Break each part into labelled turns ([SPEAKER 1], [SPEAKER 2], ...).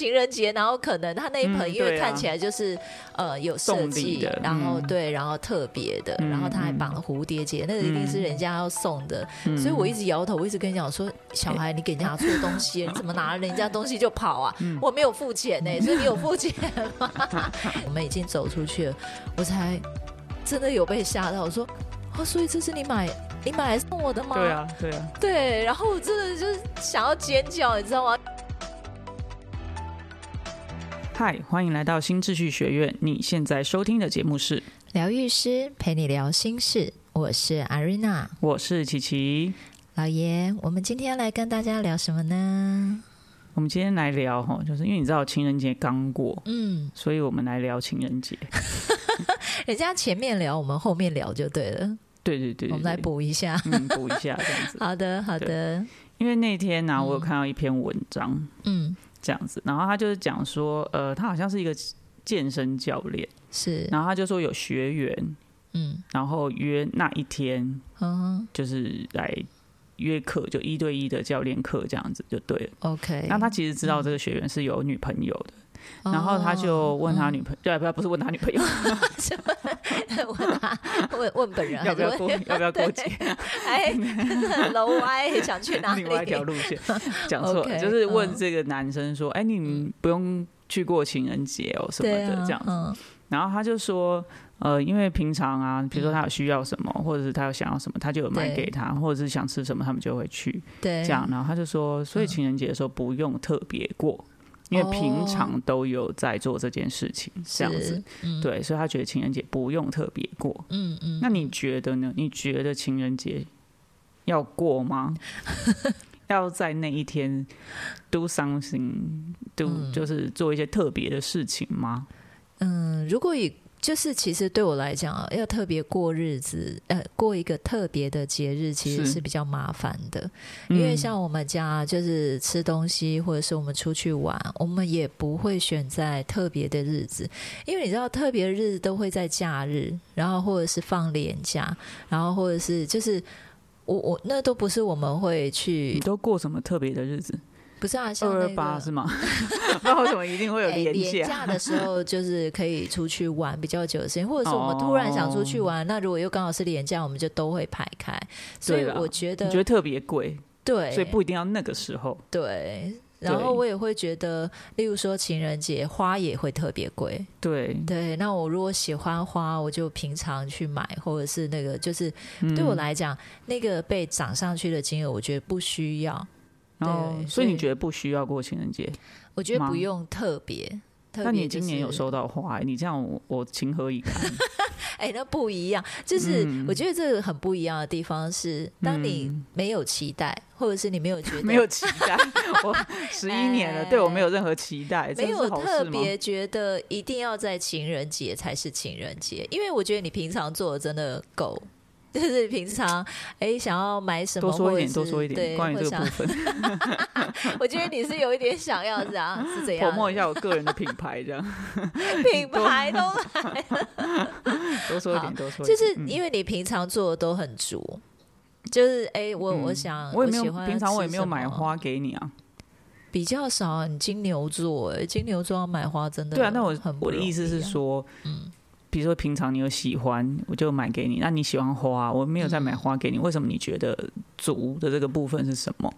[SPEAKER 1] 情人节，然后可能他那一盆
[SPEAKER 2] 嗯
[SPEAKER 1] 因为
[SPEAKER 2] 对啊
[SPEAKER 1] 看起来就是、呃有设
[SPEAKER 2] 送礼
[SPEAKER 1] 计
[SPEAKER 2] 的，
[SPEAKER 1] 然后
[SPEAKER 2] 嗯
[SPEAKER 1] 对，然后特别的，
[SPEAKER 2] 嗯
[SPEAKER 1] 然后他还绑了蝴蝶结，那个一定是人家要送的，
[SPEAKER 2] 嗯
[SPEAKER 1] 所以我一直摇头，我一直跟你讲说，小孩你给人家错东西，你怎么拿了人家东西就跑 啊？
[SPEAKER 2] 嗯
[SPEAKER 1] 我没有付钱呢、所以你有付钱吗？ 我们已经走出去了，我才真的有被吓到，我说哦，所以这是你买你买来送我的吗？
[SPEAKER 2] 对啊，对啊，
[SPEAKER 1] 对，然后我真的就是想要尖叫，你知道吗？
[SPEAKER 2] 嗨，欢迎来到新秩序学院。你现在收听的节目是，
[SPEAKER 1] 疗愈师陪你聊心事，我是阿瑞娜
[SPEAKER 2] 我是琪琪。
[SPEAKER 1] 老爷。我们今天来跟大家聊什么呢？
[SPEAKER 2] 我们今天来聊哈，就是因为你知道情人节刚过，
[SPEAKER 1] 嗯，
[SPEAKER 2] 所以我们来聊情人节。
[SPEAKER 1] 人家前面聊，我们后面聊就对了。
[SPEAKER 2] 对对对对
[SPEAKER 1] 我们来
[SPEAKER 2] 对
[SPEAKER 1] 补一下。
[SPEAKER 2] 嗯补一下这样 子。
[SPEAKER 1] 好的，好的。
[SPEAKER 2] 因为那天呢、我有看到一篇文章
[SPEAKER 1] 嗯，
[SPEAKER 2] 这样子，然后他就是讲说，呃，他好像是一个健身教练，
[SPEAKER 1] 是，
[SPEAKER 2] 然后他就说有学员，
[SPEAKER 1] 嗯，
[SPEAKER 2] 然后约那一天
[SPEAKER 1] 嗯
[SPEAKER 2] 就是来约课，就一对一的教练课这样子就对了。
[SPEAKER 1] ，OK。
[SPEAKER 2] 那他其实知道这个学员是有女朋友的，
[SPEAKER 1] 哦，
[SPEAKER 2] 然后他就问他女朋友，对，不要不是问他女朋友
[SPEAKER 1] 问他问问本人，
[SPEAKER 2] 要不要
[SPEAKER 1] 还是
[SPEAKER 2] 过
[SPEAKER 1] 问
[SPEAKER 2] 要不要过节，
[SPEAKER 1] 哎，真的很 low 歪，想去哪里？
[SPEAKER 2] 另外一条路线讲错了，
[SPEAKER 1] OK，
[SPEAKER 2] 就是问
[SPEAKER 1] 嗯
[SPEAKER 2] 这个男生说，哎，你们不用去过情人节哦什么
[SPEAKER 1] 对
[SPEAKER 2] 的
[SPEAKER 1] 啊，
[SPEAKER 2] 这样子，
[SPEAKER 1] 嗯
[SPEAKER 2] 然后他就说，呃，因为平常啊，比如说他有需要什么，或者是他有想要什么，他就有买
[SPEAKER 1] 对
[SPEAKER 2] 给他，或者是想吃什么，他们就会去
[SPEAKER 1] 对，
[SPEAKER 2] 这样。然后他就说，所以情人节的时候不用特别过，因为平常都有在做这件事情，这样子
[SPEAKER 1] 是。，嗯，
[SPEAKER 2] 对，所以他觉得情人节不用特别过。
[SPEAKER 1] 嗯嗯，
[SPEAKER 2] 那你觉得呢？你觉得情人节要 过吗？要在那一天 do something do、就是做一些特别的事情吗？
[SPEAKER 1] 嗯，如果以就是其实对我来讲啊，要特别过日子，呃，过一个特别的节日，其实
[SPEAKER 2] 是
[SPEAKER 1] 是比较麻烦的。因为
[SPEAKER 2] 嗯
[SPEAKER 1] 像我们家就是吃东西，或者是我们出去玩，我们也不会选在特别的日子，因为你知道特别的日子都会在假日，然后或者是放年假，然后或者是就是我我那都不是我们会
[SPEAKER 2] 你
[SPEAKER 1] 去，
[SPEAKER 2] 都过什么特别的日子？
[SPEAKER 1] 不是啊，像
[SPEAKER 2] 嗯二
[SPEAKER 1] 那
[SPEAKER 2] 二 八
[SPEAKER 1] 个
[SPEAKER 2] 是吗？ 不知道为什么一定会有
[SPEAKER 1] 哎
[SPEAKER 2] 连假。
[SPEAKER 1] 假的时候，就是可以出去玩比较久的时间，或者是我们突然想出
[SPEAKER 2] 哦
[SPEAKER 1] 去玩，那如果又刚好是廉价，我们就都会排开。所以
[SPEAKER 2] 对啦
[SPEAKER 1] 我觉得，
[SPEAKER 2] 你觉得特别贵，
[SPEAKER 1] 对，
[SPEAKER 2] 所以不一定要那个时候。
[SPEAKER 1] 对。然后我也会觉得，例如说情人节花也会特别贵，
[SPEAKER 2] 对，
[SPEAKER 1] 对。那我如果喜欢花，我就平常去买，或者是那个，就是
[SPEAKER 2] 嗯
[SPEAKER 1] 对我来讲，那个被涨上去的金额，我觉得不需要，
[SPEAKER 2] 哦
[SPEAKER 1] 对
[SPEAKER 2] 所以
[SPEAKER 1] 所以
[SPEAKER 2] 你觉得不需要过情人节？
[SPEAKER 1] 我觉得
[SPEAKER 2] 吗
[SPEAKER 1] 不用特别。特
[SPEAKER 2] 但
[SPEAKER 1] 别
[SPEAKER 2] 你
[SPEAKER 1] 就
[SPEAKER 2] 今年
[SPEAKER 1] 是
[SPEAKER 2] 有收到花、欸你这样我我情何以堪？
[SPEAKER 1] 哎，那不一样，就是
[SPEAKER 2] 嗯
[SPEAKER 1] 我觉得这个很不一样的地方是，当你没有期待，或者是你没 有觉得
[SPEAKER 2] 没有期待， 我十一年了，
[SPEAKER 1] 哎
[SPEAKER 2] 对我没有任何期待，这
[SPEAKER 1] 没
[SPEAKER 2] 是
[SPEAKER 1] 有
[SPEAKER 2] 好
[SPEAKER 1] 特
[SPEAKER 2] 事吗？
[SPEAKER 1] 别觉得一定要在情人节才是情人节，因为我觉得你平常做的真的够。就是平常，哎、想要买什么，
[SPEAKER 2] 多说
[SPEAKER 1] 或
[SPEAKER 2] 一
[SPEAKER 1] 者
[SPEAKER 2] 点，
[SPEAKER 1] 是
[SPEAKER 2] 多说一点，
[SPEAKER 1] 对，
[SPEAKER 2] 关于
[SPEAKER 1] 或
[SPEAKER 2] 这个
[SPEAKER 1] 想
[SPEAKER 2] 部分，
[SPEAKER 1] 我觉得你是有一点想要这样，是怎
[SPEAKER 2] 泼
[SPEAKER 1] 样
[SPEAKER 2] 墨一下我个人的品牌，这样
[SPEAKER 1] 品牌都
[SPEAKER 2] 多说一
[SPEAKER 1] 好
[SPEAKER 2] 点，多说一点。
[SPEAKER 1] 就是
[SPEAKER 2] 嗯
[SPEAKER 1] 因为你平常做的都很足，就是哎、我、我
[SPEAKER 2] 嗯
[SPEAKER 1] 想，
[SPEAKER 2] 我也没有
[SPEAKER 1] 喜欢，
[SPEAKER 2] 平常我也没有买花给你啊。
[SPEAKER 1] 比较少啊，你金牛座、欸，金牛座要买花真的
[SPEAKER 2] 对啊，那我
[SPEAKER 1] 很不
[SPEAKER 2] 我的意思是
[SPEAKER 1] 容易啊，
[SPEAKER 2] 说，比如说平常你有喜欢，我就买给你。那你喜欢花，我没有再买
[SPEAKER 1] 嗯
[SPEAKER 2] 花给你，为什么你觉得足的这个部分是什么？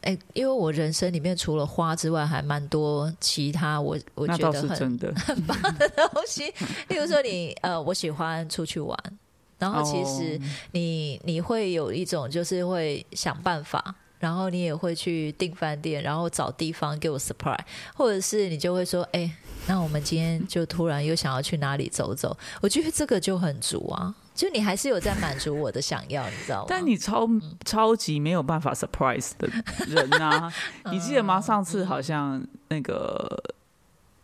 [SPEAKER 1] 哎、因为我人生里面除了花之外，还蛮多其他我我
[SPEAKER 2] 那
[SPEAKER 1] 觉
[SPEAKER 2] 倒
[SPEAKER 1] 得
[SPEAKER 2] 是
[SPEAKER 1] 很
[SPEAKER 2] 真的，
[SPEAKER 1] 棒的东西， 例如说你呃，我喜欢出去玩。然后其实
[SPEAKER 2] 哦
[SPEAKER 1] 你、你会有一种就是会想办法，然后你也会去订饭店，然后找地方给我 surprise，或者是你就会说，哎、那我们今天就突然又想要去哪里走走，我觉得这个就很足啊，就你还是有在满足我的想要，你知道吗？
[SPEAKER 2] 但你超
[SPEAKER 1] 嗯
[SPEAKER 2] 超级没有办法 surprise 的人 啊！你记得
[SPEAKER 1] 嗯
[SPEAKER 2] 吗？上次好像那个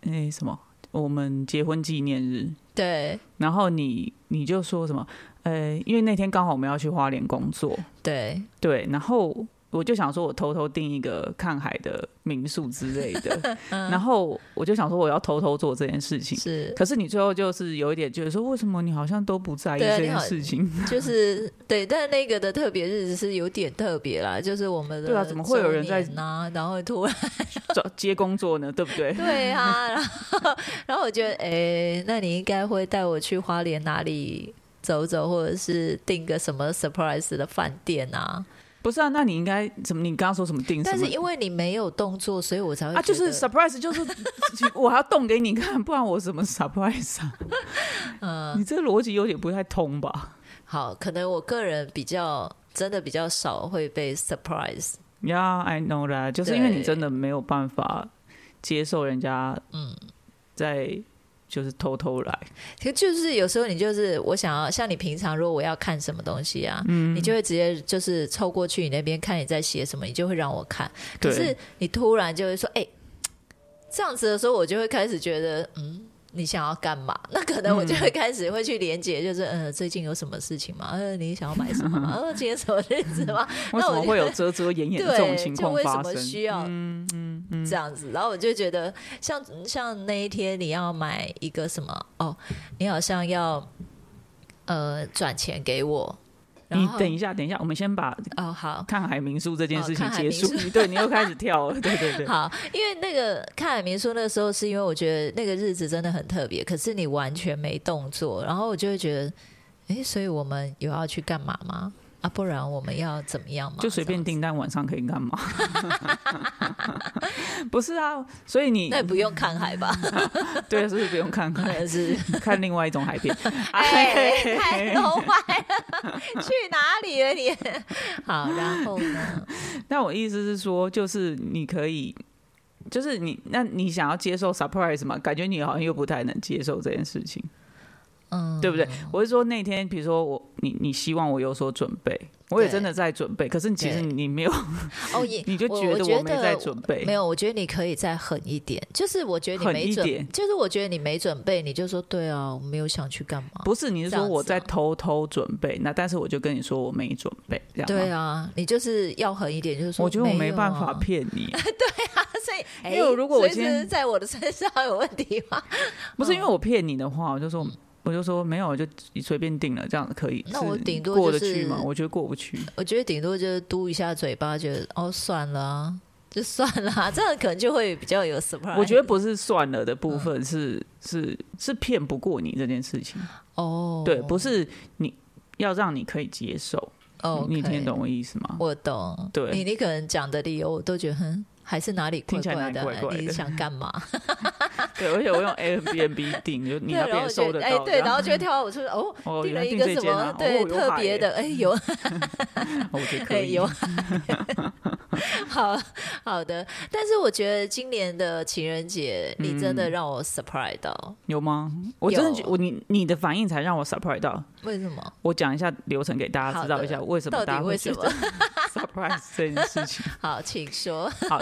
[SPEAKER 2] 那、诶什么，我们结婚纪念日，
[SPEAKER 1] 对
[SPEAKER 2] 然后你你就说什么？呃，因为那天刚好我们要去花莲工作，
[SPEAKER 1] 对，
[SPEAKER 2] 对，然后我就想说，我偷偷订一个看海的民宿之类 的，
[SPEAKER 1] 嗯
[SPEAKER 2] 然后我就想说，我要偷偷做这件事情。
[SPEAKER 1] 是，
[SPEAKER 2] 可是你最后就是有一点觉得说，为什么你好像都不在意
[SPEAKER 1] 对啊
[SPEAKER 2] 这
[SPEAKER 1] 你
[SPEAKER 2] 件
[SPEAKER 1] 好
[SPEAKER 2] 事情？
[SPEAKER 1] 就是对，但那个的特别日子是有点特别啦，就是我们的
[SPEAKER 2] 对啊怎么会有人在
[SPEAKER 1] 呢？然后突然
[SPEAKER 2] 找接工作呢，对不 对？
[SPEAKER 1] 对啊，然后然后我觉得，哎、那你应该会带我去花莲哪里走走，或者是订个什么 surprise 的饭店啊？
[SPEAKER 2] 不是啊，那你应该怎么？你刚刚说什么定什
[SPEAKER 1] 但是
[SPEAKER 2] 么？
[SPEAKER 1] 因为你没有动作，所以我才会
[SPEAKER 2] 啊，就
[SPEAKER 1] 觉得
[SPEAKER 2] 是 surprise，就是 我还要动给你看，不然我什么 surprise 啊？嗯，你这逻辑有点不太通吧？
[SPEAKER 1] 好，可能我个人比较真的比较少会被 surprise。
[SPEAKER 2] Yeah, I know that，就是因为
[SPEAKER 1] 对
[SPEAKER 2] 你真的没有办法接受人家，嗯，在就是偷偷来，
[SPEAKER 1] 其实就是有时候你就是我想要像你平常，如果我要看什么东西啊，你就会直接就是凑过去你那边看你在写什么，你就会让我看。可
[SPEAKER 2] 对
[SPEAKER 1] 是你突然就会说，哎、这样子的时候，我就会开始觉得，嗯。你想要干嘛？那可能我就会开始会去连接，就是呃，最近有什么事情吗？呃，你想要买什么吗？呃，今天什么日子吗？那
[SPEAKER 2] 为什
[SPEAKER 1] 我
[SPEAKER 2] 么
[SPEAKER 1] 就
[SPEAKER 2] 会有遮遮掩掩
[SPEAKER 1] 对，
[SPEAKER 2] 这种情况
[SPEAKER 1] 就为什
[SPEAKER 2] 发
[SPEAKER 1] 么
[SPEAKER 2] 生？嗯
[SPEAKER 1] 需要这样子？然后我就觉得像，像那一天你要买一个什么哦，你好像要呃转钱给我，然
[SPEAKER 2] 你
[SPEAKER 1] 后
[SPEAKER 2] 等一下，等一下，我们先把
[SPEAKER 1] 哦好。
[SPEAKER 2] 看海民宿这件
[SPEAKER 1] 哦
[SPEAKER 2] 事情
[SPEAKER 1] 看海
[SPEAKER 2] 结
[SPEAKER 1] 民
[SPEAKER 2] 束
[SPEAKER 1] 宿。
[SPEAKER 2] 对你又开始跳了，对对对。
[SPEAKER 1] 好，因为那个看海明说那时候是因为我觉得那个日子真的很特别，可是你完全没动作，然后我就会觉得，诶，所以我们有要去干嘛吗？啊，不然我们要怎么样吗？
[SPEAKER 2] 就随
[SPEAKER 1] 这
[SPEAKER 2] 便
[SPEAKER 1] 样子，
[SPEAKER 2] 订单，晚上可以干嘛？ 不是啊，所以你
[SPEAKER 1] 那也不用看海 吧？
[SPEAKER 2] 对，啊所以不用看海，
[SPEAKER 1] 是。
[SPEAKER 2] 看另外一种海边。
[SPEAKER 1] 哎，太弄坏了，去哪里了你？好，然后 呢？
[SPEAKER 2] 那我意思是说，就是你可以，就是你，那你想要接受 surprise 吗？感觉你好像又不太能接受这件事情，
[SPEAKER 1] 嗯，
[SPEAKER 2] 对不对？我是说那天，比如说我，你你希望我有所准备，我也
[SPEAKER 1] 对
[SPEAKER 2] 真的在准备，可是其实
[SPEAKER 1] 对
[SPEAKER 2] 你 没有，
[SPEAKER 1] 哦，也
[SPEAKER 2] 你就
[SPEAKER 1] 我
[SPEAKER 2] 觉
[SPEAKER 1] 我
[SPEAKER 2] 得
[SPEAKER 1] 觉
[SPEAKER 2] 我没在准备
[SPEAKER 1] 没。有，我觉得你可以再狠一点，就是我觉得你
[SPEAKER 2] 狠
[SPEAKER 1] 没
[SPEAKER 2] 一
[SPEAKER 1] 准，
[SPEAKER 2] 点
[SPEAKER 1] 就是我觉得你没准备，你就说对啊，我没有想去干嘛。
[SPEAKER 2] 不是，你是
[SPEAKER 1] 这
[SPEAKER 2] 说
[SPEAKER 1] 样
[SPEAKER 2] 我
[SPEAKER 1] 子啊
[SPEAKER 2] 在偷偷准备？那但是我就跟你说我没准备，这样吗
[SPEAKER 1] 对啊，你就是要狠一点，就是说
[SPEAKER 2] 我觉得我
[SPEAKER 1] 没
[SPEAKER 2] 没
[SPEAKER 1] 有
[SPEAKER 2] 办法
[SPEAKER 1] 啊。
[SPEAKER 2] 骗你，
[SPEAKER 1] 所以，哎
[SPEAKER 2] 因为如果我
[SPEAKER 1] 所以
[SPEAKER 2] 今天
[SPEAKER 1] 是在我的身上有问题 吗？
[SPEAKER 2] 不
[SPEAKER 1] 嗯
[SPEAKER 2] 是因为我骗你的话，我就说我就说没有，我就随便定了，这样可以。
[SPEAKER 1] 那我
[SPEAKER 2] 是
[SPEAKER 1] 顶多
[SPEAKER 2] 过
[SPEAKER 1] 就
[SPEAKER 2] 得去
[SPEAKER 1] 是
[SPEAKER 2] 吗？我觉得过不去。
[SPEAKER 1] 我觉得顶多就是嘟一下嘴巴，觉得哦算了啊，就算了啊，这样可能就会比较有 surprise。
[SPEAKER 2] 我觉得不是算了的
[SPEAKER 1] 嗯
[SPEAKER 2] 部分，是是是骗不过你这件事情。
[SPEAKER 1] 哦，
[SPEAKER 2] 对，不是你要让你可以接受，
[SPEAKER 1] 哦，
[SPEAKER 2] 你听得？懂我意思吗？
[SPEAKER 1] 我懂。
[SPEAKER 2] 对
[SPEAKER 1] 你你可能讲的理由，我都觉得哼，还是哪里怪
[SPEAKER 2] 听起来
[SPEAKER 1] 怪的啊，
[SPEAKER 2] 哪里怪怪的
[SPEAKER 1] 你想干嘛？
[SPEAKER 2] 对，而且我用 Airbnb 定， 就
[SPEAKER 1] 对，
[SPEAKER 2] 你那
[SPEAKER 1] 然后
[SPEAKER 2] 边
[SPEAKER 1] 我
[SPEAKER 2] 收
[SPEAKER 1] 觉得
[SPEAKER 2] 得到。
[SPEAKER 1] 哎，对，
[SPEAKER 2] 这
[SPEAKER 1] 然
[SPEAKER 2] 样
[SPEAKER 1] 后就会跳到我说哦，
[SPEAKER 2] 哦，
[SPEAKER 1] 订
[SPEAKER 2] 原
[SPEAKER 1] 了
[SPEAKER 2] 来
[SPEAKER 1] 一
[SPEAKER 2] 定
[SPEAKER 1] 个
[SPEAKER 2] 这
[SPEAKER 1] 什
[SPEAKER 2] 间
[SPEAKER 1] 么
[SPEAKER 2] 啊，
[SPEAKER 1] 对
[SPEAKER 2] 哦有
[SPEAKER 1] 特
[SPEAKER 2] 海
[SPEAKER 1] 别
[SPEAKER 2] 耶，
[SPEAKER 1] 的，哎有
[SPEAKER 2] 哦我 觉得可
[SPEAKER 1] 对
[SPEAKER 2] 以。
[SPEAKER 1] 哎有。好好的，但是我觉得今年的情人节，你真的让我 surprise 到，
[SPEAKER 2] 有吗？我真的觉
[SPEAKER 1] 有
[SPEAKER 2] 我你你的反应才让我 surprise 到。
[SPEAKER 1] 为什么？
[SPEAKER 2] 我讲一下流程给大家知道一下
[SPEAKER 1] 好的
[SPEAKER 2] 为什
[SPEAKER 1] 到
[SPEAKER 2] 么大
[SPEAKER 1] 底
[SPEAKER 2] 家
[SPEAKER 1] 为
[SPEAKER 2] 会
[SPEAKER 1] 什
[SPEAKER 2] 觉
[SPEAKER 1] 么
[SPEAKER 2] 得？surprise 这件事情。
[SPEAKER 1] 好，请说。
[SPEAKER 2] 好，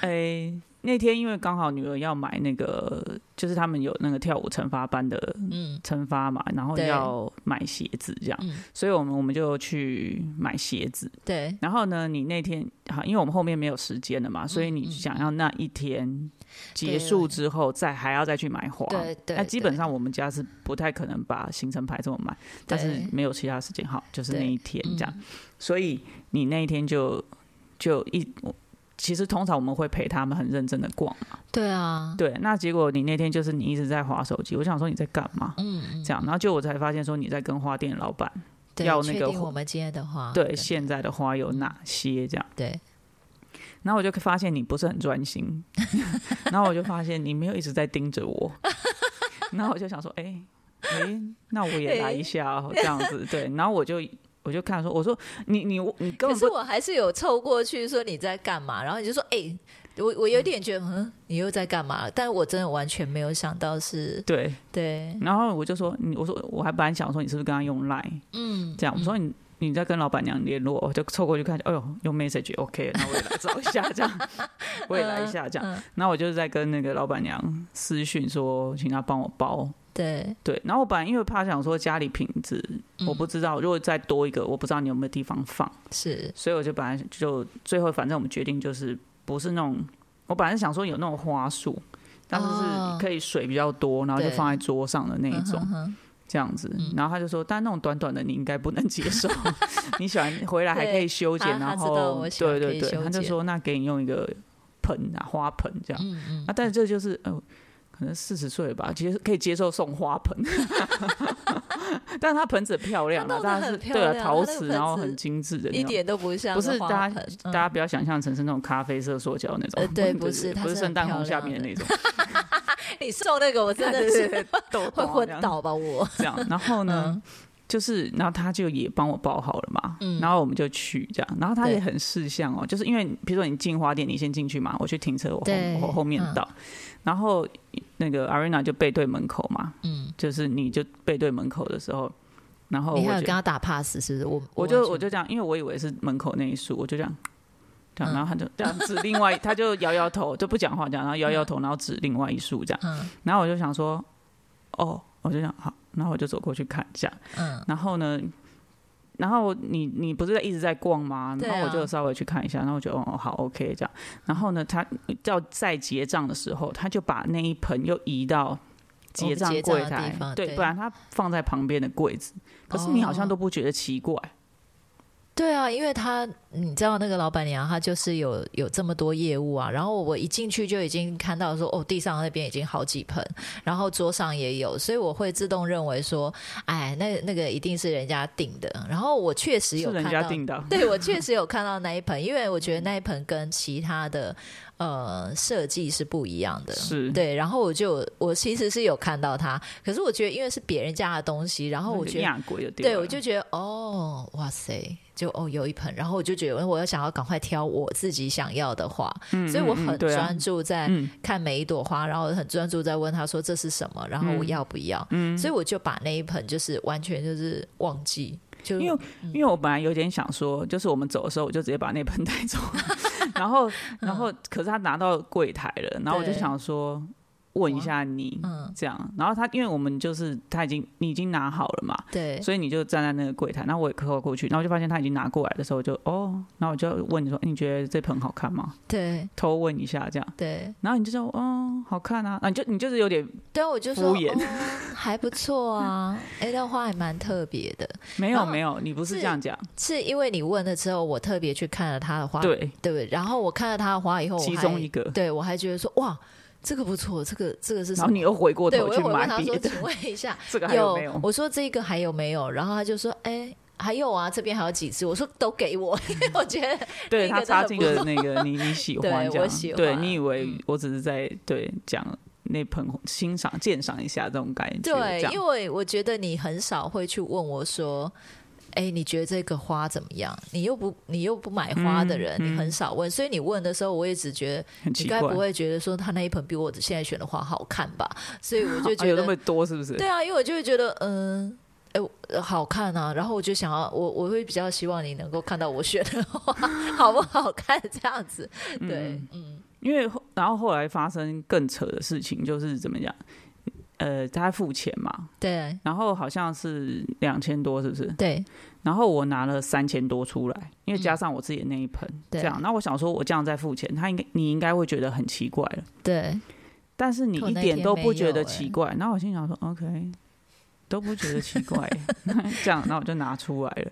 [SPEAKER 2] 哎、那天因为刚好女儿要买那个，就是他们有那个跳舞惩罚班的
[SPEAKER 1] 嗯
[SPEAKER 2] 惩罚嘛，然后
[SPEAKER 1] 对
[SPEAKER 2] 要买鞋子这样，
[SPEAKER 1] 嗯，
[SPEAKER 2] 所以我们我们就去买鞋子。
[SPEAKER 1] 对，
[SPEAKER 2] 然后呢，你那天好，因为我们后面没有时间了嘛，所
[SPEAKER 1] 嗯
[SPEAKER 2] 以你想要那一天结束之后再还要再去买花。
[SPEAKER 1] 对对
[SPEAKER 2] 那基本上我们家是不太可能把行程排这么满，但是没有其他时间，好，就是那一天这
[SPEAKER 1] 嗯
[SPEAKER 2] 样。所以你那一天就就一，我其实通常我们会陪他们很认真的逛嘛。
[SPEAKER 1] 对啊，
[SPEAKER 2] 对，那结果你那天就是你一直在划手机，我想说你在干嘛？
[SPEAKER 1] 嗯，
[SPEAKER 2] 这样，然后就我才发现说你在跟花店老板
[SPEAKER 1] 对
[SPEAKER 2] 要那
[SPEAKER 1] 确
[SPEAKER 2] 个
[SPEAKER 1] 定
[SPEAKER 2] 花
[SPEAKER 1] 我们今天的话，
[SPEAKER 2] 对现在的花
[SPEAKER 1] 嗯
[SPEAKER 2] 有哪些这样。
[SPEAKER 1] 对，
[SPEAKER 2] 然后我就发现你不是很专心， 然后我就发现你没有一直在盯着我，然后我就想说，哎、哎、那我也来一下、哦，这样子对，然后我就我就看说，我说你你你
[SPEAKER 1] 可
[SPEAKER 2] 根本
[SPEAKER 1] 是
[SPEAKER 2] 不
[SPEAKER 1] 我还是有凑过去说你在干嘛，然后你就说哎、我我有点觉得嗯，你又在干嘛？但我真的完全没有想到是
[SPEAKER 2] 对，
[SPEAKER 1] 对，
[SPEAKER 2] 然后我就说你我说我还本来想说你是不是刚刚用 line
[SPEAKER 1] 嗯，
[SPEAKER 2] 这样，我说你。你在跟老板娘联络，我就凑过去看，哎呦，用 message，OK，、那我也来找一下这样，我也来一下这
[SPEAKER 1] 嗯
[SPEAKER 2] 样。那、我就是在跟那个老板娘私讯说，请她帮我包。
[SPEAKER 1] 对，
[SPEAKER 2] 对，然后我本来因为怕想说家里瓶子，
[SPEAKER 1] 嗯
[SPEAKER 2] 我不知道，如果再多一个，我不知道你有没有地方放，
[SPEAKER 1] 是，
[SPEAKER 2] 所以我就本来就最后反正我们决定就是不是那种，我本来是想说有那种花束，但是
[SPEAKER 1] 哦
[SPEAKER 2] 是可以水比较多，然后就
[SPEAKER 1] 对
[SPEAKER 2] 放在桌上的那一种
[SPEAKER 1] 嗯。哼
[SPEAKER 2] 这样子，
[SPEAKER 1] 嗯
[SPEAKER 2] 然后他就说，但那种短短的你应该不能接 受，你喜欢回来还可以修剪，
[SPEAKER 1] 对他
[SPEAKER 2] 然
[SPEAKER 1] 他知道
[SPEAKER 2] 后
[SPEAKER 1] 我喜欢
[SPEAKER 2] 对对
[SPEAKER 1] 可以修
[SPEAKER 2] 对，
[SPEAKER 1] 剪
[SPEAKER 2] 他就说那给你用一个盆啊花盆这样，
[SPEAKER 1] 嗯嗯，
[SPEAKER 2] 啊，但是这就是呃，可能四十岁吧，其实可以接受送花 盆，但是它盆子很漂亮
[SPEAKER 1] 它
[SPEAKER 2] 啊，
[SPEAKER 1] 弄得
[SPEAKER 2] 当然是
[SPEAKER 1] 很漂
[SPEAKER 2] 对啊，
[SPEAKER 1] 亮
[SPEAKER 2] 陶
[SPEAKER 1] 它那个
[SPEAKER 2] 瓷，
[SPEAKER 1] 盆
[SPEAKER 2] 然后
[SPEAKER 1] 子
[SPEAKER 2] 很精致的那
[SPEAKER 1] 一
[SPEAKER 2] 种。
[SPEAKER 1] 点都不像
[SPEAKER 2] 不是
[SPEAKER 1] 花
[SPEAKER 2] 大
[SPEAKER 1] 盆
[SPEAKER 2] 家，
[SPEAKER 1] 嗯
[SPEAKER 2] 大家不要想象成是那种咖啡色塑胶那种
[SPEAKER 1] 呃，对 不
[SPEAKER 2] 不
[SPEAKER 1] 是它
[SPEAKER 2] 不是
[SPEAKER 1] 是很
[SPEAKER 2] 圣诞红
[SPEAKER 1] 漂
[SPEAKER 2] 下
[SPEAKER 1] 亮
[SPEAKER 2] 面
[SPEAKER 1] 的
[SPEAKER 2] 的那种，
[SPEAKER 1] 你送那个我 真的 是
[SPEAKER 2] 豆
[SPEAKER 1] 会
[SPEAKER 2] 花
[SPEAKER 1] 昏
[SPEAKER 2] 这样哦
[SPEAKER 1] 倒吧我。
[SPEAKER 2] 这样，然后呢，
[SPEAKER 1] 嗯
[SPEAKER 2] 就是，然后他就也帮我包好了嘛，
[SPEAKER 1] 嗯
[SPEAKER 2] 然后我们就去这样，然后他
[SPEAKER 1] 对
[SPEAKER 2] 也很识相哦，就是因为比如说你进花店，你先进去嘛，我去停车，我后
[SPEAKER 1] 对
[SPEAKER 2] 我后面
[SPEAKER 1] 嗯
[SPEAKER 2] 到，然后那个 Arena 就背对门口嘛，
[SPEAKER 1] 嗯，
[SPEAKER 2] 就是你就背对门口的时候，然后
[SPEAKER 1] 你还
[SPEAKER 2] 我
[SPEAKER 1] 有跟
[SPEAKER 2] 就
[SPEAKER 1] 他打 pass 是不是？我
[SPEAKER 2] 我就我
[SPEAKER 1] 完全
[SPEAKER 2] 就这样，因为我以为是门口那一束，我就这样。这样，
[SPEAKER 1] 嗯
[SPEAKER 2] 然后他就这样指另外，他就摇摇头，就不讲话，这样，然后摇摇头，然后指另外一束这样。
[SPEAKER 1] 嗯
[SPEAKER 2] 然后我就想说，哦，我就想好，然后我就走过去看一下，
[SPEAKER 1] 嗯
[SPEAKER 2] 然后呢，然后你你不是一直在逛吗？
[SPEAKER 1] 对啊
[SPEAKER 2] 然后我就稍微去看一下，然后我就哦好 OK 这样。然后呢，他要在结账的时候，他就把那一盆又移到结账
[SPEAKER 1] 我哦
[SPEAKER 2] 柜
[SPEAKER 1] 们结账的
[SPEAKER 2] 台
[SPEAKER 1] 地方，对哦
[SPEAKER 2] 不然他放在旁边的柜子。可是你好像都不觉得奇怪，
[SPEAKER 1] 对啊，因为他你知道那个老板娘，她就是有有这么多业务啊。然后我一进去就已经看到说，哦，地上那边已经好几盆，然后桌上也有，所以我会自动认为说，哎，那那个一定是人家订的。然后我确实有
[SPEAKER 2] 是
[SPEAKER 1] 看
[SPEAKER 2] 人
[SPEAKER 1] 到，
[SPEAKER 2] 家订的。
[SPEAKER 1] 对我确实有看到那一盆，因为我觉得那一盆跟其他的呃设计是不一样的。
[SPEAKER 2] 是
[SPEAKER 1] 对，然后我就我其实是有看到它，可是我觉得因为是别人家的东西，然后我觉得
[SPEAKER 2] 亚贵的地方，
[SPEAKER 1] 对，我就觉得哦，哇塞，就哦有一盆，然后我就觉得我要想要赶快挑我自己想要的花，
[SPEAKER 2] 嗯
[SPEAKER 1] 所以我
[SPEAKER 2] 嗯嗯
[SPEAKER 1] 很
[SPEAKER 2] 对啊
[SPEAKER 1] 专注在
[SPEAKER 2] 嗯
[SPEAKER 1] 看每一朵花，然后很专注在问他说这是什么，然后
[SPEAKER 2] 嗯
[SPEAKER 1] 我要不要，所以我就把那一盆就是完全就是忘记，就
[SPEAKER 2] 因为
[SPEAKER 1] 嗯
[SPEAKER 2] 因为我本来有点想说，就是我们走的时候，我就直接把那盆 带走，然后然后可是他拿到柜台了，然后我就
[SPEAKER 1] 嗯对
[SPEAKER 2] 想说问一下你
[SPEAKER 1] 嗯
[SPEAKER 2] 这样，然后他因为我们就是他已经你已经拿好了嘛，
[SPEAKER 1] 对
[SPEAKER 2] 所以你就站在那个柜台，然后我也靠过去，然后我就发现他已经拿过来的时候，我就哦，然后我就问你说，欸你觉得这盆好看吗？
[SPEAKER 1] 对
[SPEAKER 2] 偷问一下这样，
[SPEAKER 1] 对，
[SPEAKER 2] 然后你就说哦好看啊，啊你就你就是有点
[SPEAKER 1] 对啊，我就
[SPEAKER 2] 敷
[SPEAKER 1] 说
[SPEAKER 2] 衍
[SPEAKER 1] 哦、还不错 啊，哎，那花还蛮特别的，
[SPEAKER 2] 没
[SPEAKER 1] 然
[SPEAKER 2] 有
[SPEAKER 1] 后
[SPEAKER 2] 没有，你不是
[SPEAKER 1] 是
[SPEAKER 2] 这样讲，
[SPEAKER 1] 是因为你问了之后，我特别去看了他的花，
[SPEAKER 2] 对，
[SPEAKER 1] 对不对？然后我看了他的花以后，我
[SPEAKER 2] 其
[SPEAKER 1] 还
[SPEAKER 2] 中一 个，
[SPEAKER 1] 对我还觉得说哇，这个不错，这个这个是什
[SPEAKER 2] 然
[SPEAKER 1] 么？
[SPEAKER 2] 后你又回过
[SPEAKER 1] 对
[SPEAKER 2] 头
[SPEAKER 1] 我
[SPEAKER 2] 去
[SPEAKER 1] 又问
[SPEAKER 2] 买
[SPEAKER 1] 他
[SPEAKER 2] 别
[SPEAKER 1] 说，
[SPEAKER 2] 的，
[SPEAKER 1] 请问一下，
[SPEAKER 2] 这个 还有没有？
[SPEAKER 1] 我说这个还有没有？然后他就说，哎、还有啊，这边还有几只。我说都给 我，因为我觉得
[SPEAKER 2] 对
[SPEAKER 1] 那
[SPEAKER 2] 他
[SPEAKER 1] 个
[SPEAKER 2] 插
[SPEAKER 1] 真的
[SPEAKER 2] 进
[SPEAKER 1] 不
[SPEAKER 2] 了那个你你喜
[SPEAKER 1] 对
[SPEAKER 2] 欢这
[SPEAKER 1] 我
[SPEAKER 2] 样，
[SPEAKER 1] 喜
[SPEAKER 2] 对
[SPEAKER 1] 欢
[SPEAKER 2] 你以为
[SPEAKER 1] 嗯
[SPEAKER 2] 我只是在对讲那盆欣赏鉴赏一下这种感觉，
[SPEAKER 1] 对
[SPEAKER 2] 这，样
[SPEAKER 1] 因为我觉得你很少会去问我说。哎，你觉得这个花怎么样？你又不你又不买花的人，
[SPEAKER 2] 嗯
[SPEAKER 1] 你很少问，所以你问的时候，我也只觉得
[SPEAKER 2] 很
[SPEAKER 1] 你
[SPEAKER 2] 奇怪啊
[SPEAKER 1] 该，不会觉得说他那一盆比我现在选的花好看吧？所以我就
[SPEAKER 2] 啊
[SPEAKER 1] 觉
[SPEAKER 2] 有
[SPEAKER 1] 得、
[SPEAKER 2] 那么多是不是？
[SPEAKER 1] 对啊，因为我就会觉得，嗯、哎、呃好看啊，然后我就想要，我我会比较希望你能够看到我选的花 好不好看这样子，对，嗯，
[SPEAKER 2] 因为后然后后来发生更扯的事情，就是怎么讲？呃，他付钱嘛，
[SPEAKER 1] 对
[SPEAKER 2] 然后好像是两千多，是不是？
[SPEAKER 1] 对
[SPEAKER 2] 然后我拿了三千多出来，因
[SPEAKER 1] 嗯
[SPEAKER 2] 为加上我自己的那一盆，
[SPEAKER 1] 对
[SPEAKER 2] 这样。那我想说，我这样再付钱，他应该你应该会觉得很奇怪了。
[SPEAKER 1] 对，
[SPEAKER 2] 但是你
[SPEAKER 1] 可
[SPEAKER 2] 一
[SPEAKER 1] 那
[SPEAKER 2] 点
[SPEAKER 1] 天
[SPEAKER 2] 都
[SPEAKER 1] 没
[SPEAKER 2] 不觉
[SPEAKER 1] 有
[SPEAKER 2] 得
[SPEAKER 1] 欸
[SPEAKER 2] 奇怪。然后我心想说，OK，都不觉得奇怪 欸，这样，然后我就拿出来了，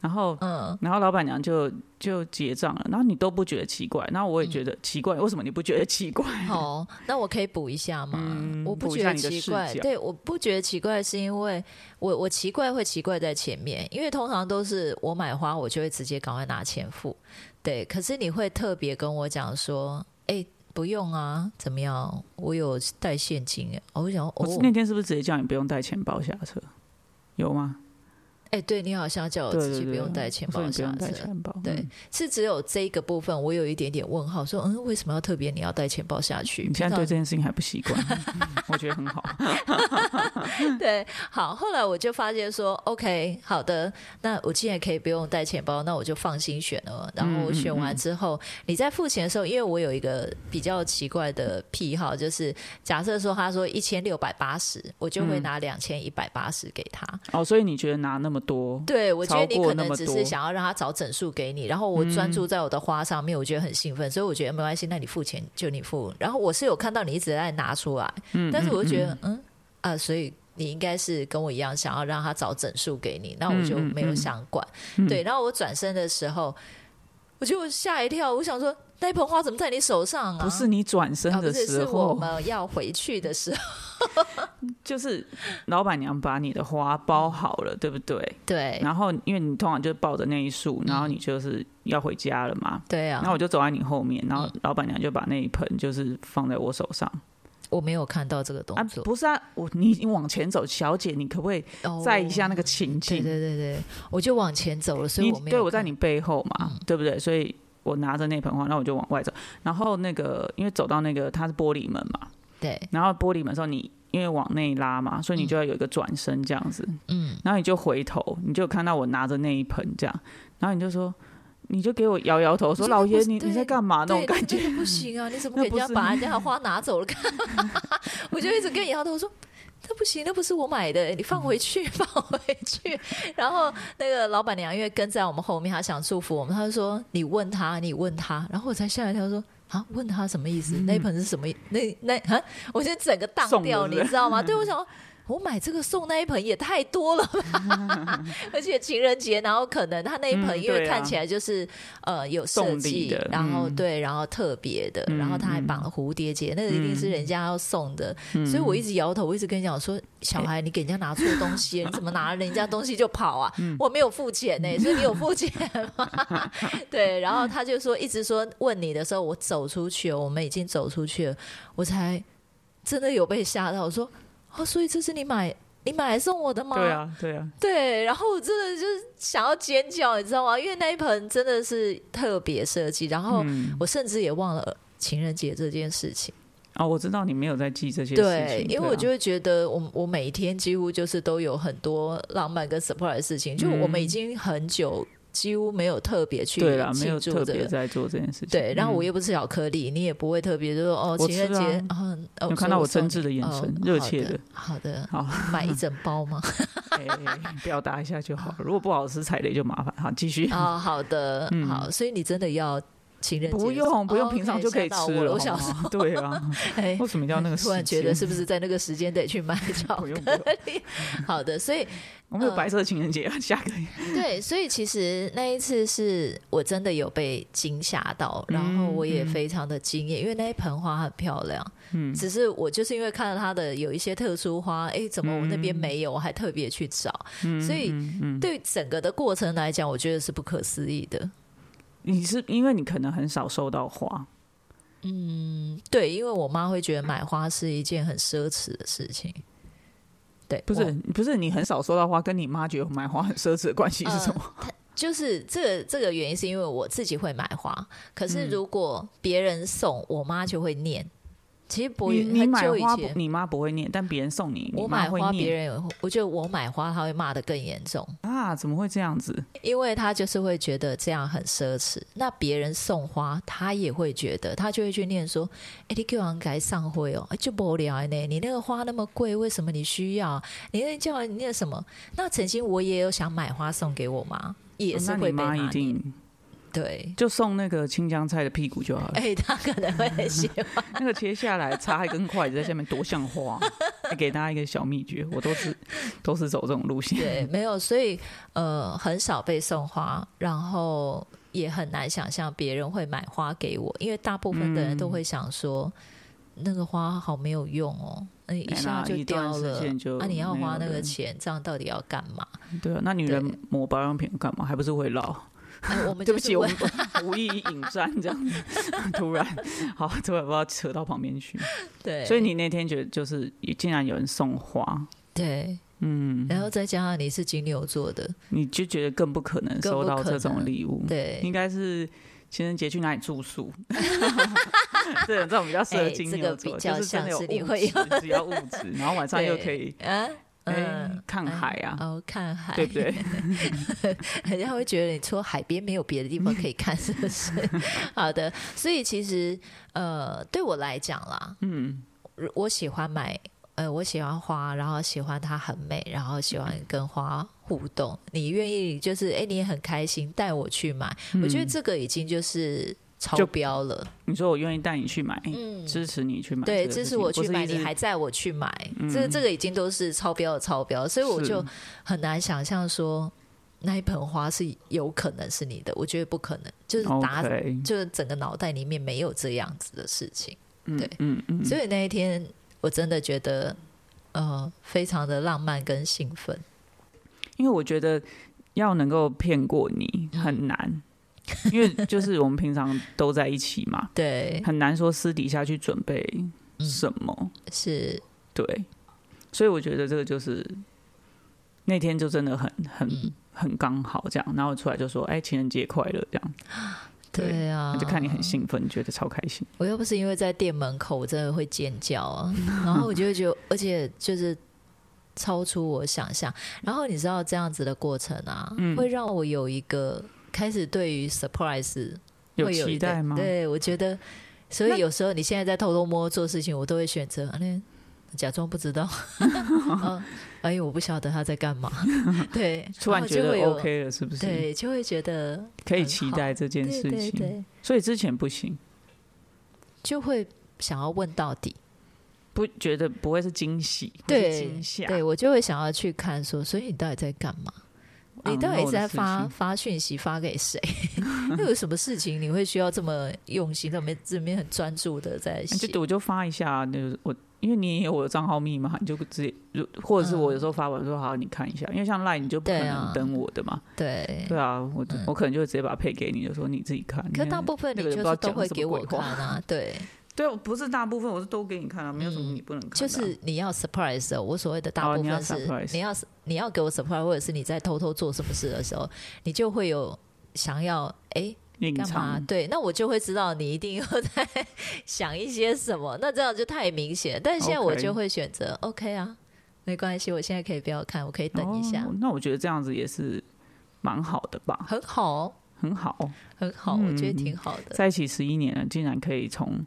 [SPEAKER 2] 然后。
[SPEAKER 1] 嗯，
[SPEAKER 2] 然后老板娘就就结账了，然后你都不觉得奇怪，然后
[SPEAKER 1] 嗯
[SPEAKER 2] 我也觉得奇怪，为什么你不觉得奇怪？
[SPEAKER 1] 好，那我可以补一下吗？
[SPEAKER 2] 嗯
[SPEAKER 1] 我不
[SPEAKER 2] 补一
[SPEAKER 1] 觉
[SPEAKER 2] 下
[SPEAKER 1] 得
[SPEAKER 2] 你的
[SPEAKER 1] 奇
[SPEAKER 2] 视
[SPEAKER 1] 怪，
[SPEAKER 2] 角
[SPEAKER 1] 对，我不觉得奇怪，是因为我我奇怪会奇怪在前面，因为通常都是我买花，我就会直接赶快拿钱付，对，可是你会特别跟我讲说，哎、不用啊，怎么样？我有带现金耶，我就想说
[SPEAKER 2] 我
[SPEAKER 1] 哦，
[SPEAKER 2] 那天是不是直接叫你不用带钱包下车？有吗？
[SPEAKER 1] 哎，对你好像叫我
[SPEAKER 2] 对
[SPEAKER 1] 自
[SPEAKER 2] 对
[SPEAKER 1] 己
[SPEAKER 2] 对，
[SPEAKER 1] 不用带钱
[SPEAKER 2] 我说
[SPEAKER 1] 包
[SPEAKER 2] 你不用
[SPEAKER 1] 下
[SPEAKER 2] 带
[SPEAKER 1] 车。
[SPEAKER 2] 钱包，
[SPEAKER 1] 对
[SPEAKER 2] 嗯，
[SPEAKER 1] 是只有这一个部分，我有一点点问号，说嗯，为什么要特别你要带钱包下去？
[SPEAKER 2] 你现在
[SPEAKER 1] 平常
[SPEAKER 2] 对这件事情还不习 惯，我觉得很好。
[SPEAKER 1] 对，好，后来我就发现说，OK，好的，那我既然可以不用带钱包，那我就放心选了。然
[SPEAKER 2] 嗯
[SPEAKER 1] 后我选完之后，你在付钱的时候，因为我有一个比较奇怪的癖好，就是假设说他说一千六百八十，我就
[SPEAKER 2] 嗯
[SPEAKER 1] 会拿两千一百八十给他。
[SPEAKER 2] 哦，所以你觉得拿那么多，
[SPEAKER 1] 对，我觉得
[SPEAKER 2] 超
[SPEAKER 1] 你
[SPEAKER 2] 过
[SPEAKER 1] 可
[SPEAKER 2] 那
[SPEAKER 1] 能
[SPEAKER 2] 么
[SPEAKER 1] 只
[SPEAKER 2] 多嗯
[SPEAKER 1] 是想要让他找整数给你，然后我专注在我的花上面，我觉得很兴奋，所以我觉得没关系，那你付钱就你付。然后我是有看到你一直在拿出来，
[SPEAKER 2] 嗯，
[SPEAKER 1] 但是我就觉
[SPEAKER 2] 嗯
[SPEAKER 1] 得，嗯啊，所以你应该是跟我一样，想要让他找整数给你，那我就没有想管。
[SPEAKER 2] 嗯嗯
[SPEAKER 1] 对，然后我转身的时候，我就吓一跳，我想说那一盆花怎么在你手上啊？
[SPEAKER 2] 不是你转身
[SPEAKER 1] 啊，不
[SPEAKER 2] 的
[SPEAKER 1] 是，
[SPEAKER 2] 时
[SPEAKER 1] 是我
[SPEAKER 2] 候，
[SPEAKER 1] 们要回去的时候。
[SPEAKER 2] 就是老板娘把你的花包好了，对不 对？
[SPEAKER 1] 嗯对，嗯
[SPEAKER 2] 然后因为你通常就抱着那一束，然后你就是要回家了嘛。
[SPEAKER 1] 对啊
[SPEAKER 2] 然，后我就走在你后面，然后
[SPEAKER 1] 嗯
[SPEAKER 2] 老板娘就把那一盆就是放在我手上
[SPEAKER 1] 我没有看到这个动
[SPEAKER 2] 啊，
[SPEAKER 1] 作。
[SPEAKER 2] 不是啊，我你你往前走，小姐，你可不可以
[SPEAKER 1] 哦
[SPEAKER 2] 在一下那个情
[SPEAKER 1] 对
[SPEAKER 2] 境？
[SPEAKER 1] 对对对，我就往前走了，所以
[SPEAKER 2] 你
[SPEAKER 1] 我没有
[SPEAKER 2] 对我在
[SPEAKER 1] 看嗯
[SPEAKER 2] 你背后嘛，对不对？所以我拿着那盆花，然后我就往外走，然后那个因为走到那个它是玻璃门嘛，
[SPEAKER 1] 对，
[SPEAKER 2] 然后玻璃门的时候你。因为往内拉嘛，所以你就要有一个转身这样子，
[SPEAKER 1] 嗯，
[SPEAKER 2] 然后你就回头，你就看到我拿着那一盆这样，然后你就说，你就给我摇摇头说，
[SPEAKER 1] 说
[SPEAKER 2] 老
[SPEAKER 1] 那不
[SPEAKER 2] 爷
[SPEAKER 1] 是
[SPEAKER 2] 你你
[SPEAKER 1] 对
[SPEAKER 2] 在干嘛那种
[SPEAKER 1] 对
[SPEAKER 2] 感
[SPEAKER 1] 那
[SPEAKER 2] 觉，
[SPEAKER 1] 真的不 行啊！你怎么
[SPEAKER 2] 那
[SPEAKER 1] 给人
[SPEAKER 2] 不
[SPEAKER 1] 家
[SPEAKER 2] 是
[SPEAKER 1] 把人家的花拿走了？ 我就一直跟你摇头说。那不行，那不是我买
[SPEAKER 2] 嗯
[SPEAKER 1] 的，你放回去，放回去。然后那个老板娘因为跟在我们后面，她想祝福我们，她就说：“你问他，你问他。”然后我才吓一跳说：“啊，问他什么意
[SPEAKER 2] 嗯
[SPEAKER 1] 思？那一盆是什么意？那 那啊！”我就整个荡
[SPEAKER 2] 送的
[SPEAKER 1] 掉，
[SPEAKER 2] 是不
[SPEAKER 1] 你
[SPEAKER 2] 是
[SPEAKER 1] 知道吗？对，我想我买这个送那一盆也太多了吧， 而且情人节，然后可能他那一盆
[SPEAKER 2] 嗯
[SPEAKER 1] 因为
[SPEAKER 2] 对啊
[SPEAKER 1] 看起来就是、呃有设
[SPEAKER 2] 送礼
[SPEAKER 1] 计
[SPEAKER 2] 的，
[SPEAKER 1] 然后
[SPEAKER 2] 嗯
[SPEAKER 1] 对，然后特别的，然后他还绑了蝴蝶结，那个一定是人家要送的，
[SPEAKER 2] 嗯
[SPEAKER 1] 所以我一直摇头，我一直跟你讲说，小
[SPEAKER 2] 哎
[SPEAKER 1] 孩你给人家拿错东西，你怎么拿了人家东西就跑啊？
[SPEAKER 2] 嗯
[SPEAKER 1] 我没有付钱呢、所以你有付钱吗？ 对，然后他就说一直说问你的时候，我走出去了，哦我们已经走出去了，我才真的有被吓到，我说哦，所以这是你买。你买来送我的吗？
[SPEAKER 2] 对啊对啊，
[SPEAKER 1] 对，然后我真的就是想要尖叫，你知道吗？因为那一盆真的是特别设计，然后
[SPEAKER 2] 嗯
[SPEAKER 1] 我甚至也忘了情人节这件事情。
[SPEAKER 2] 哦，我知道你没有在记这些事情，啊
[SPEAKER 1] 对，因为我就
[SPEAKER 2] 得
[SPEAKER 1] 会觉得我，我每天几乎就是都有很多浪漫跟 surprise 的事情，就我们已经很久几乎没有特别去
[SPEAKER 2] 嗯对啊啦，没
[SPEAKER 1] 庆
[SPEAKER 2] 有
[SPEAKER 1] 祝
[SPEAKER 2] 特
[SPEAKER 1] 这
[SPEAKER 2] 别
[SPEAKER 1] 个。
[SPEAKER 2] 在做这件事情。
[SPEAKER 1] 对，然后我
[SPEAKER 2] 嗯
[SPEAKER 1] 又不吃巧克力，你也不会特别就说哦，
[SPEAKER 2] 我
[SPEAKER 1] 情人
[SPEAKER 2] 吃啊
[SPEAKER 1] 节，嗯，哦
[SPEAKER 2] 有看
[SPEAKER 1] 所以
[SPEAKER 2] 到我
[SPEAKER 1] 送
[SPEAKER 2] 真
[SPEAKER 1] 你
[SPEAKER 2] 挚的眼
[SPEAKER 1] 哦
[SPEAKER 2] 神热
[SPEAKER 1] 好
[SPEAKER 2] 切
[SPEAKER 1] 的
[SPEAKER 2] 的，
[SPEAKER 1] 好的，
[SPEAKER 2] 好，
[SPEAKER 1] 买一整包吗？
[SPEAKER 2] 哎表达一下就好。如果不好吃踩雷就麻烦。好，继续。
[SPEAKER 1] 啊、好的，
[SPEAKER 2] 嗯
[SPEAKER 1] 好，所以你真的要情人节
[SPEAKER 2] 不用不用，
[SPEAKER 1] 哦
[SPEAKER 2] 平常就可
[SPEAKER 1] OK，
[SPEAKER 2] 以
[SPEAKER 1] 吓到
[SPEAKER 2] 吃
[SPEAKER 1] 我了。我
[SPEAKER 2] 好
[SPEAKER 1] 想说，
[SPEAKER 2] 吗？对啊，
[SPEAKER 1] 哎，
[SPEAKER 2] 为什么叫那个 时
[SPEAKER 1] 突然
[SPEAKER 2] 间？
[SPEAKER 1] 觉得是不是在那个时间得 去买巧
[SPEAKER 2] 不用不
[SPEAKER 1] 克
[SPEAKER 2] 用，
[SPEAKER 1] 力？ 好的，所以
[SPEAKER 2] 我们有
[SPEAKER 1] 呃
[SPEAKER 2] 白色情人节啊，下个月。
[SPEAKER 1] 对，所以其实那一次是我真的有被惊吓到，然后我也非常的惊艳，因为那一盆花很漂亮。
[SPEAKER 2] 嗯
[SPEAKER 1] 只是我就是因为看到它的有一些特殊花，哎，怎么我那边没有？我还特别去找，
[SPEAKER 2] 嗯
[SPEAKER 1] 所以
[SPEAKER 2] 嗯嗯，
[SPEAKER 1] 对整个的过程来讲，我觉得是不可思议的。
[SPEAKER 2] 你是因为你可能很少收到花，
[SPEAKER 1] 对，因为我妈会觉得买花是一件很奢侈的事情。对，
[SPEAKER 2] 不是
[SPEAKER 1] 我，
[SPEAKER 2] 不是你很少收到花，跟你妈觉得买花很奢侈的关系是什
[SPEAKER 1] 嗯
[SPEAKER 2] 么？
[SPEAKER 1] 就是这个这个原因是因为我自己会买花，可是
[SPEAKER 2] 嗯
[SPEAKER 1] 如果别人送，我妈就会念。其实博
[SPEAKER 2] 你
[SPEAKER 1] 远
[SPEAKER 2] 你
[SPEAKER 1] 很
[SPEAKER 2] 买
[SPEAKER 1] 久以
[SPEAKER 2] 花不，
[SPEAKER 1] 前，
[SPEAKER 2] 你妈不会念，但别人送你，你
[SPEAKER 1] 我
[SPEAKER 2] 妈
[SPEAKER 1] 买
[SPEAKER 2] 会
[SPEAKER 1] 花，别
[SPEAKER 2] 念
[SPEAKER 1] 人也会，我觉得我买花，她会骂的更严重，
[SPEAKER 2] 啊？怎么会这样子？
[SPEAKER 1] 因为她就是会觉得这样很奢侈。那别人送花，她也会觉得，她就会去念说：“哎、你给我改上灰哦，哎就不聊呢。你那个花那么贵，为什么你需要？你那叫你那什么？那曾经我也有想买花送给我妈，也是
[SPEAKER 2] 哦那
[SPEAKER 1] 会
[SPEAKER 2] 你
[SPEAKER 1] 被骂
[SPEAKER 2] 妈一
[SPEAKER 1] 念
[SPEAKER 2] 定
[SPEAKER 1] 对。
[SPEAKER 2] 就送那个青江菜的屁股就 好了。
[SPEAKER 1] 哎、她可能会很 喜欢。
[SPEAKER 2] 那个切下来，插一根筷子在下面，多像花！ 给大家一个小秘诀，我都是都是走这种路线。
[SPEAKER 1] 对，没有，所以呃，很少被送花，然后也很难想象别人会买花给我，因为大部分的人都会想说，那个花好没有用哦，那一下就
[SPEAKER 2] 哎一
[SPEAKER 1] 掉
[SPEAKER 2] 段时
[SPEAKER 1] 了，
[SPEAKER 2] 间就
[SPEAKER 1] 啊，你要
[SPEAKER 2] 没有
[SPEAKER 1] 花那个
[SPEAKER 2] 了
[SPEAKER 1] 钱，这样到底要干 嘛？
[SPEAKER 2] 对啊，那女人
[SPEAKER 1] 对
[SPEAKER 2] 抹保养品干嘛？还不是会老？
[SPEAKER 1] 哎我们
[SPEAKER 2] 对
[SPEAKER 1] 就
[SPEAKER 2] 不
[SPEAKER 1] 是
[SPEAKER 2] 起，我
[SPEAKER 1] 为
[SPEAKER 2] 们无意引战这样子， 突然好，突然不知道扯到旁边去。
[SPEAKER 1] 对，
[SPEAKER 2] 所以你那天觉得就是，竟然有人送花，
[SPEAKER 1] 对。嗯，然后再加上你是金牛座的，
[SPEAKER 2] 你就觉得更不可能收到这种礼物。
[SPEAKER 1] 对，
[SPEAKER 2] 应该是情人节去哪里住宿？ 对，这种比较适合
[SPEAKER 1] 哎
[SPEAKER 2] 金
[SPEAKER 1] 这
[SPEAKER 2] 牛
[SPEAKER 1] 个
[SPEAKER 2] 座，
[SPEAKER 1] 比
[SPEAKER 2] 就
[SPEAKER 1] 较
[SPEAKER 2] 是真
[SPEAKER 1] 像
[SPEAKER 2] 的有
[SPEAKER 1] 是你
[SPEAKER 2] 物
[SPEAKER 1] 会
[SPEAKER 2] 质只要物质，然后晚上又
[SPEAKER 1] 对
[SPEAKER 2] 可以
[SPEAKER 1] 啊，
[SPEAKER 2] 哎、
[SPEAKER 1] 嗯，
[SPEAKER 2] 看海啊，
[SPEAKER 1] 哦，看海，
[SPEAKER 2] 对不对？
[SPEAKER 1] 哎人家会觉得你除了海边没有别的地方可以看，是不是？ 好的，所以其实呃，对我来讲啦，
[SPEAKER 2] 嗯，
[SPEAKER 1] 如我喜欢买，呃，我喜欢花，然后喜欢它很美，然后喜欢跟花互动。你愿意就是，哎、你也很开心，带我去买，我觉得这个已经就是超
[SPEAKER 2] 嗯就
[SPEAKER 1] 标了。
[SPEAKER 2] 你说我愿意带你去买，
[SPEAKER 1] 嗯，
[SPEAKER 2] 支持你去买这
[SPEAKER 1] 对，
[SPEAKER 2] 个事情，
[SPEAKER 1] 这是我去买，
[SPEAKER 2] 不是一
[SPEAKER 1] 你
[SPEAKER 2] 直嗯
[SPEAKER 1] 还载我去买，这这个已经都是超标的超标，所以我
[SPEAKER 2] 是
[SPEAKER 1] 就很难想象说那一盆花是有可能是你的，我觉得不可能，就是打
[SPEAKER 2] OK，
[SPEAKER 1] 就是整个脑袋里面没有这样子的事情，对
[SPEAKER 2] 嗯嗯，
[SPEAKER 1] 所以那一天我真的觉得呃非常的浪漫跟兴奋，
[SPEAKER 2] 因为我觉得要能够骗过你
[SPEAKER 1] 嗯
[SPEAKER 2] 很难，因为就是我们平常都在一起 嘛，
[SPEAKER 1] 对，
[SPEAKER 2] 很难说私底下去准备
[SPEAKER 1] 嗯
[SPEAKER 2] 什么，
[SPEAKER 1] 是
[SPEAKER 2] 对，所以我觉得这个就是那天就真的很很。
[SPEAKER 1] 嗯
[SPEAKER 2] 很刚好这样，然后出来就说：“哎、情人节快乐！”这样，对
[SPEAKER 1] 对啊，
[SPEAKER 2] 就看你很兴奋，觉得超开心。
[SPEAKER 1] 我又不是因为在店门口，我真的会尖叫 啊！然后我就会觉得，而且就是超出我想象。然后你知道这样子的过程啊，
[SPEAKER 2] 嗯
[SPEAKER 1] 会让我有一个开始对于 surprise 会有一个
[SPEAKER 2] 期待吗？
[SPEAKER 1] 对，我觉得，所
[SPEAKER 2] 那
[SPEAKER 1] 以有时候你现在在偷偷摸摸做事情，我都会选择啊那假装不知 道。嗯，哎呦，我不晓得他在干嘛。对，
[SPEAKER 2] 突然
[SPEAKER 1] 后
[SPEAKER 2] 觉
[SPEAKER 1] 就
[SPEAKER 2] 得
[SPEAKER 1] 会有
[SPEAKER 2] OK 了，是不是？
[SPEAKER 1] 对，就会觉得
[SPEAKER 2] 可以
[SPEAKER 1] 很
[SPEAKER 2] 期
[SPEAKER 1] 好
[SPEAKER 2] 待这件
[SPEAKER 1] 对
[SPEAKER 2] 事
[SPEAKER 1] 对
[SPEAKER 2] 情。
[SPEAKER 1] 对，
[SPEAKER 2] 所以之前不行，
[SPEAKER 1] 就会想要问到底。
[SPEAKER 2] 不觉得不会是惊喜，或是
[SPEAKER 1] 对
[SPEAKER 2] 惊吓，
[SPEAKER 1] 对我就会想要去看说，所以你到底在干嘛？你到底
[SPEAKER 2] Unload
[SPEAKER 1] 是在
[SPEAKER 2] 的嗯事
[SPEAKER 1] 发
[SPEAKER 2] 情
[SPEAKER 1] 发讯息发给谁？ 又有什么事情你会需要这么用心、这么这么很专注的在
[SPEAKER 2] 你
[SPEAKER 1] 写？
[SPEAKER 2] 就我就发一下，就是我，因为你也有我的账号密码，你就直接，如或者是我有时候发完说好，你看一下，因为像 Line 你就不可
[SPEAKER 1] 嗯对啊
[SPEAKER 2] 能登我的嘛，
[SPEAKER 1] 对，
[SPEAKER 2] 对啊，我就我可能就会直接把配给你，就说你自己看。
[SPEAKER 1] 可
[SPEAKER 2] 因为
[SPEAKER 1] 大部分
[SPEAKER 2] 嗯那
[SPEAKER 1] 你
[SPEAKER 2] 个
[SPEAKER 1] 就
[SPEAKER 2] 人不知道
[SPEAKER 1] 是都
[SPEAKER 2] 讲
[SPEAKER 1] 会
[SPEAKER 2] 什么
[SPEAKER 1] 给我
[SPEAKER 2] 鬼
[SPEAKER 1] 看
[SPEAKER 2] 话
[SPEAKER 1] 啊，对，
[SPEAKER 2] 对，不是大部分，我是都给你看啊，没有什么
[SPEAKER 1] 嗯
[SPEAKER 2] 你不能看的啊，
[SPEAKER 1] 就是你要 surprise 的。我所谓的大
[SPEAKER 2] 哦
[SPEAKER 1] 部
[SPEAKER 2] 你要
[SPEAKER 1] 分是
[SPEAKER 2] surprise
[SPEAKER 1] 你要你要给我 surprise，或者是你在偷偷做什么事的时候，你就会有想要哎。诶
[SPEAKER 2] 隐
[SPEAKER 1] 干嘛
[SPEAKER 2] 藏？。
[SPEAKER 1] 对，那我就会知道你一定又 在想一些什么，那这样就太明显了。但是现在我
[SPEAKER 2] OK
[SPEAKER 1] 就会选择 OK 啊，没关系，我现在可以不要看，我可以等一下，
[SPEAKER 2] 哦，那我觉得这样子也是蛮好的吧，
[SPEAKER 1] 很好哦，
[SPEAKER 2] 很好。
[SPEAKER 1] 很好，我觉得挺好的。
[SPEAKER 2] 嗯在一起十一年了，竟然可以从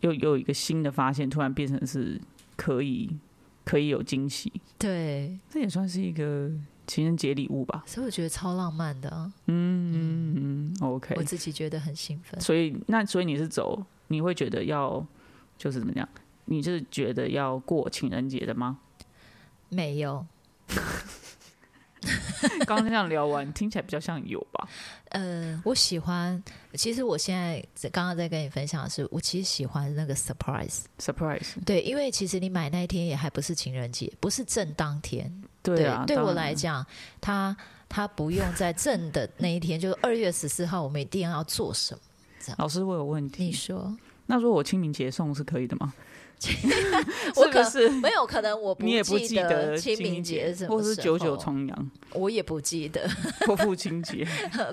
[SPEAKER 2] 又又有一个新的发现，突然变成是可以可以有惊喜，
[SPEAKER 1] 对，
[SPEAKER 2] 这也算是一个情人节礼物吧。
[SPEAKER 1] 所以我觉得超浪漫的、啊，
[SPEAKER 2] 嗯嗯，OK
[SPEAKER 1] 我。自己觉得很兴奋。
[SPEAKER 2] 所以那所以你是走，你会觉得要就是怎么样？你是觉得要过情人节的吗？
[SPEAKER 1] 没有，
[SPEAKER 2] 刚刚这样聊完，听起来比较像有吧？
[SPEAKER 1] 呃，我喜欢，其实我现在刚刚在跟你分享的是，我其实喜欢那个 surprise。
[SPEAKER 2] surprise。
[SPEAKER 1] 对，因为其实你买那一天也还不是情人节，不是正当天，
[SPEAKER 2] 对啊，
[SPEAKER 1] 对
[SPEAKER 2] 当
[SPEAKER 1] 我
[SPEAKER 2] 然
[SPEAKER 1] 来讲，他他不用在正的那一天，就是二月十四号，我们一定要做什么？
[SPEAKER 2] 老师，我有问
[SPEAKER 1] 你
[SPEAKER 2] 题。
[SPEAKER 1] 说
[SPEAKER 2] 那如果我清明节送是可以的吗？
[SPEAKER 1] 我
[SPEAKER 2] 是不
[SPEAKER 1] 可
[SPEAKER 2] 是？
[SPEAKER 1] 没有？可能我
[SPEAKER 2] 你也不记
[SPEAKER 1] 记
[SPEAKER 2] 得
[SPEAKER 1] 清
[SPEAKER 2] 明
[SPEAKER 1] 明节什么
[SPEAKER 2] 或是
[SPEAKER 1] 时
[SPEAKER 2] 九九
[SPEAKER 1] 候，
[SPEAKER 2] 重阳，
[SPEAKER 1] 我也不记得
[SPEAKER 2] 或父亲节。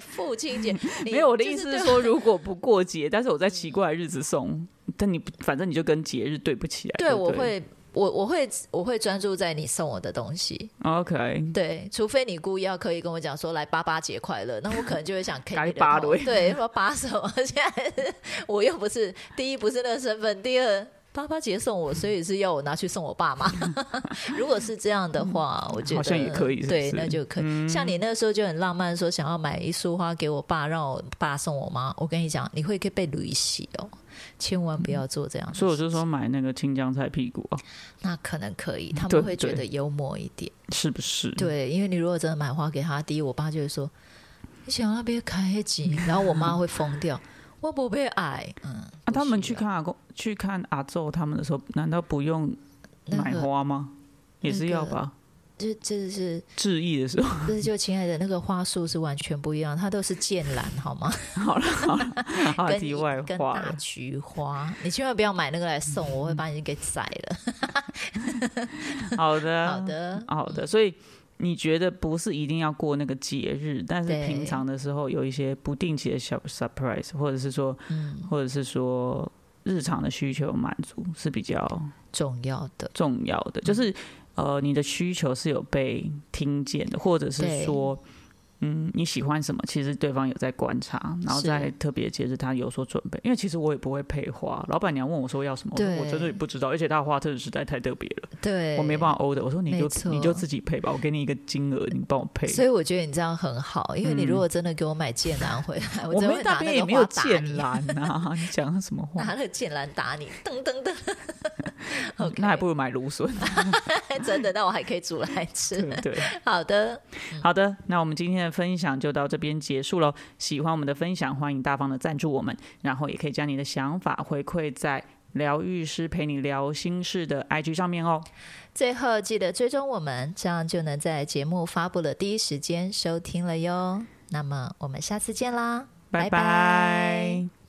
[SPEAKER 1] 父亲 节。你
[SPEAKER 2] 没有，我的
[SPEAKER 1] 就
[SPEAKER 2] 意思
[SPEAKER 1] 对啊嗯
[SPEAKER 2] 是说，如果不 过节，但是我在奇怪的日子送，但你反正你就跟节日对不起来。
[SPEAKER 1] 对，
[SPEAKER 2] 对，
[SPEAKER 1] 我。会。我我会我会专注在你送我的东西，
[SPEAKER 2] OK，
[SPEAKER 1] 对，除非你故意要刻意跟我讲说来八八节快乐，那我 可能就会想 K
[SPEAKER 2] 该
[SPEAKER 1] 你的
[SPEAKER 2] 扒
[SPEAKER 1] 头
[SPEAKER 2] 对
[SPEAKER 1] 对，说扒什么？现在是我又不是第一不是那个身份，第二八八节送我，所以是要我拿去送我爸妈。 如果是这样的话，我觉得
[SPEAKER 2] 嗯好像也可以是不嗯
[SPEAKER 1] 对，
[SPEAKER 2] 是
[SPEAKER 1] 那就可以。像你那个时候就很浪漫，说想要买一束花给我爸，让我爸送我妈。我跟你讲，你会被雷洗哦，千万不要做这样的事。
[SPEAKER 2] 嗯所以我就说买那个青江菜屁股啊，
[SPEAKER 1] 那可能可以，他
[SPEAKER 2] 嗯对
[SPEAKER 1] 们会觉
[SPEAKER 2] 对
[SPEAKER 1] 得幽默一点。
[SPEAKER 2] 是不是？，
[SPEAKER 1] 对，因为你如果真的买花给他，第一，我爸就会说你想要被开几，然后我妈会疯掉，我不被矮，嗯，
[SPEAKER 2] 啊，
[SPEAKER 1] 不
[SPEAKER 2] 他们去
[SPEAKER 1] 需要
[SPEAKER 2] 看阿公、去看阿宙他们的时候，难道不用
[SPEAKER 1] 那
[SPEAKER 2] 买
[SPEAKER 1] 个
[SPEAKER 2] 花吗？也是要吧？
[SPEAKER 1] 就就是
[SPEAKER 2] 致意的时候，
[SPEAKER 1] 就是就亲爱的那个花束是完全不一样，它都是剑兰好吗？
[SPEAKER 2] 啊，
[SPEAKER 1] 跟
[SPEAKER 2] 题外
[SPEAKER 1] 跟
[SPEAKER 2] 话
[SPEAKER 1] 大
[SPEAKER 2] 了。
[SPEAKER 1] 菊花，你千万不要买那个来送，我会把你给宰了。
[SPEAKER 2] 好的，
[SPEAKER 1] 好，的，
[SPEAKER 2] 好的。所以你觉得不是一定要过那个节日，但是
[SPEAKER 1] 对
[SPEAKER 2] 平常的时候有一些不定期的小 surprise，或者是说，
[SPEAKER 1] 嗯，
[SPEAKER 2] 或者是说日常的需求满足是比较
[SPEAKER 1] 重要的，
[SPEAKER 2] 重要
[SPEAKER 1] 嗯
[SPEAKER 2] 的，就是呃，你的需求是有被听见的，或者是
[SPEAKER 1] 对
[SPEAKER 2] 说，嗯，你喜欢什么，其实对方有在观察，然后
[SPEAKER 1] 是
[SPEAKER 2] 在特别节日他有所准备。因为其实我也不会配花，老板娘问我说要什么，我说
[SPEAKER 1] 对
[SPEAKER 2] 我真的也不知道，而且她的花真的实在太特别了，
[SPEAKER 1] 对，
[SPEAKER 2] 我没办法 order。我说你
[SPEAKER 1] 没
[SPEAKER 2] 就
[SPEAKER 1] 错
[SPEAKER 2] 你就自己配吧，我给你一个金额，你帮我配。
[SPEAKER 1] 所以我觉得你这样很好，因为你如果真的给我买剑兰回来，
[SPEAKER 2] 我
[SPEAKER 1] 真
[SPEAKER 2] 们
[SPEAKER 1] 会
[SPEAKER 2] 那
[SPEAKER 1] 拿
[SPEAKER 2] 边
[SPEAKER 1] 那
[SPEAKER 2] 也
[SPEAKER 1] 个
[SPEAKER 2] 没有
[SPEAKER 1] 花打
[SPEAKER 2] 剑
[SPEAKER 1] 你，
[SPEAKER 2] 兰啊，你讲 什么
[SPEAKER 1] 拿
[SPEAKER 2] 话？
[SPEAKER 1] 了剑兰打 你，噔噔噔。OK，
[SPEAKER 2] 嗯那还不如买芦 笋。
[SPEAKER 1] 真的，那我还可以煮来
[SPEAKER 2] 对
[SPEAKER 1] 吃。
[SPEAKER 2] 对。
[SPEAKER 1] 好的，
[SPEAKER 2] 好的，那我们今天的分享就到这边结束喽。喜欢我们的分享，欢迎大方的赞助我们，然后也可以将你的想法回馈在疗愈师陪你聊心事的 IG 上面哦。
[SPEAKER 1] 最后记得追踪我们，这样就能在节目发布的第一时间收听了哟。那么我们下次见啦，拜
[SPEAKER 2] 拜
[SPEAKER 1] 拜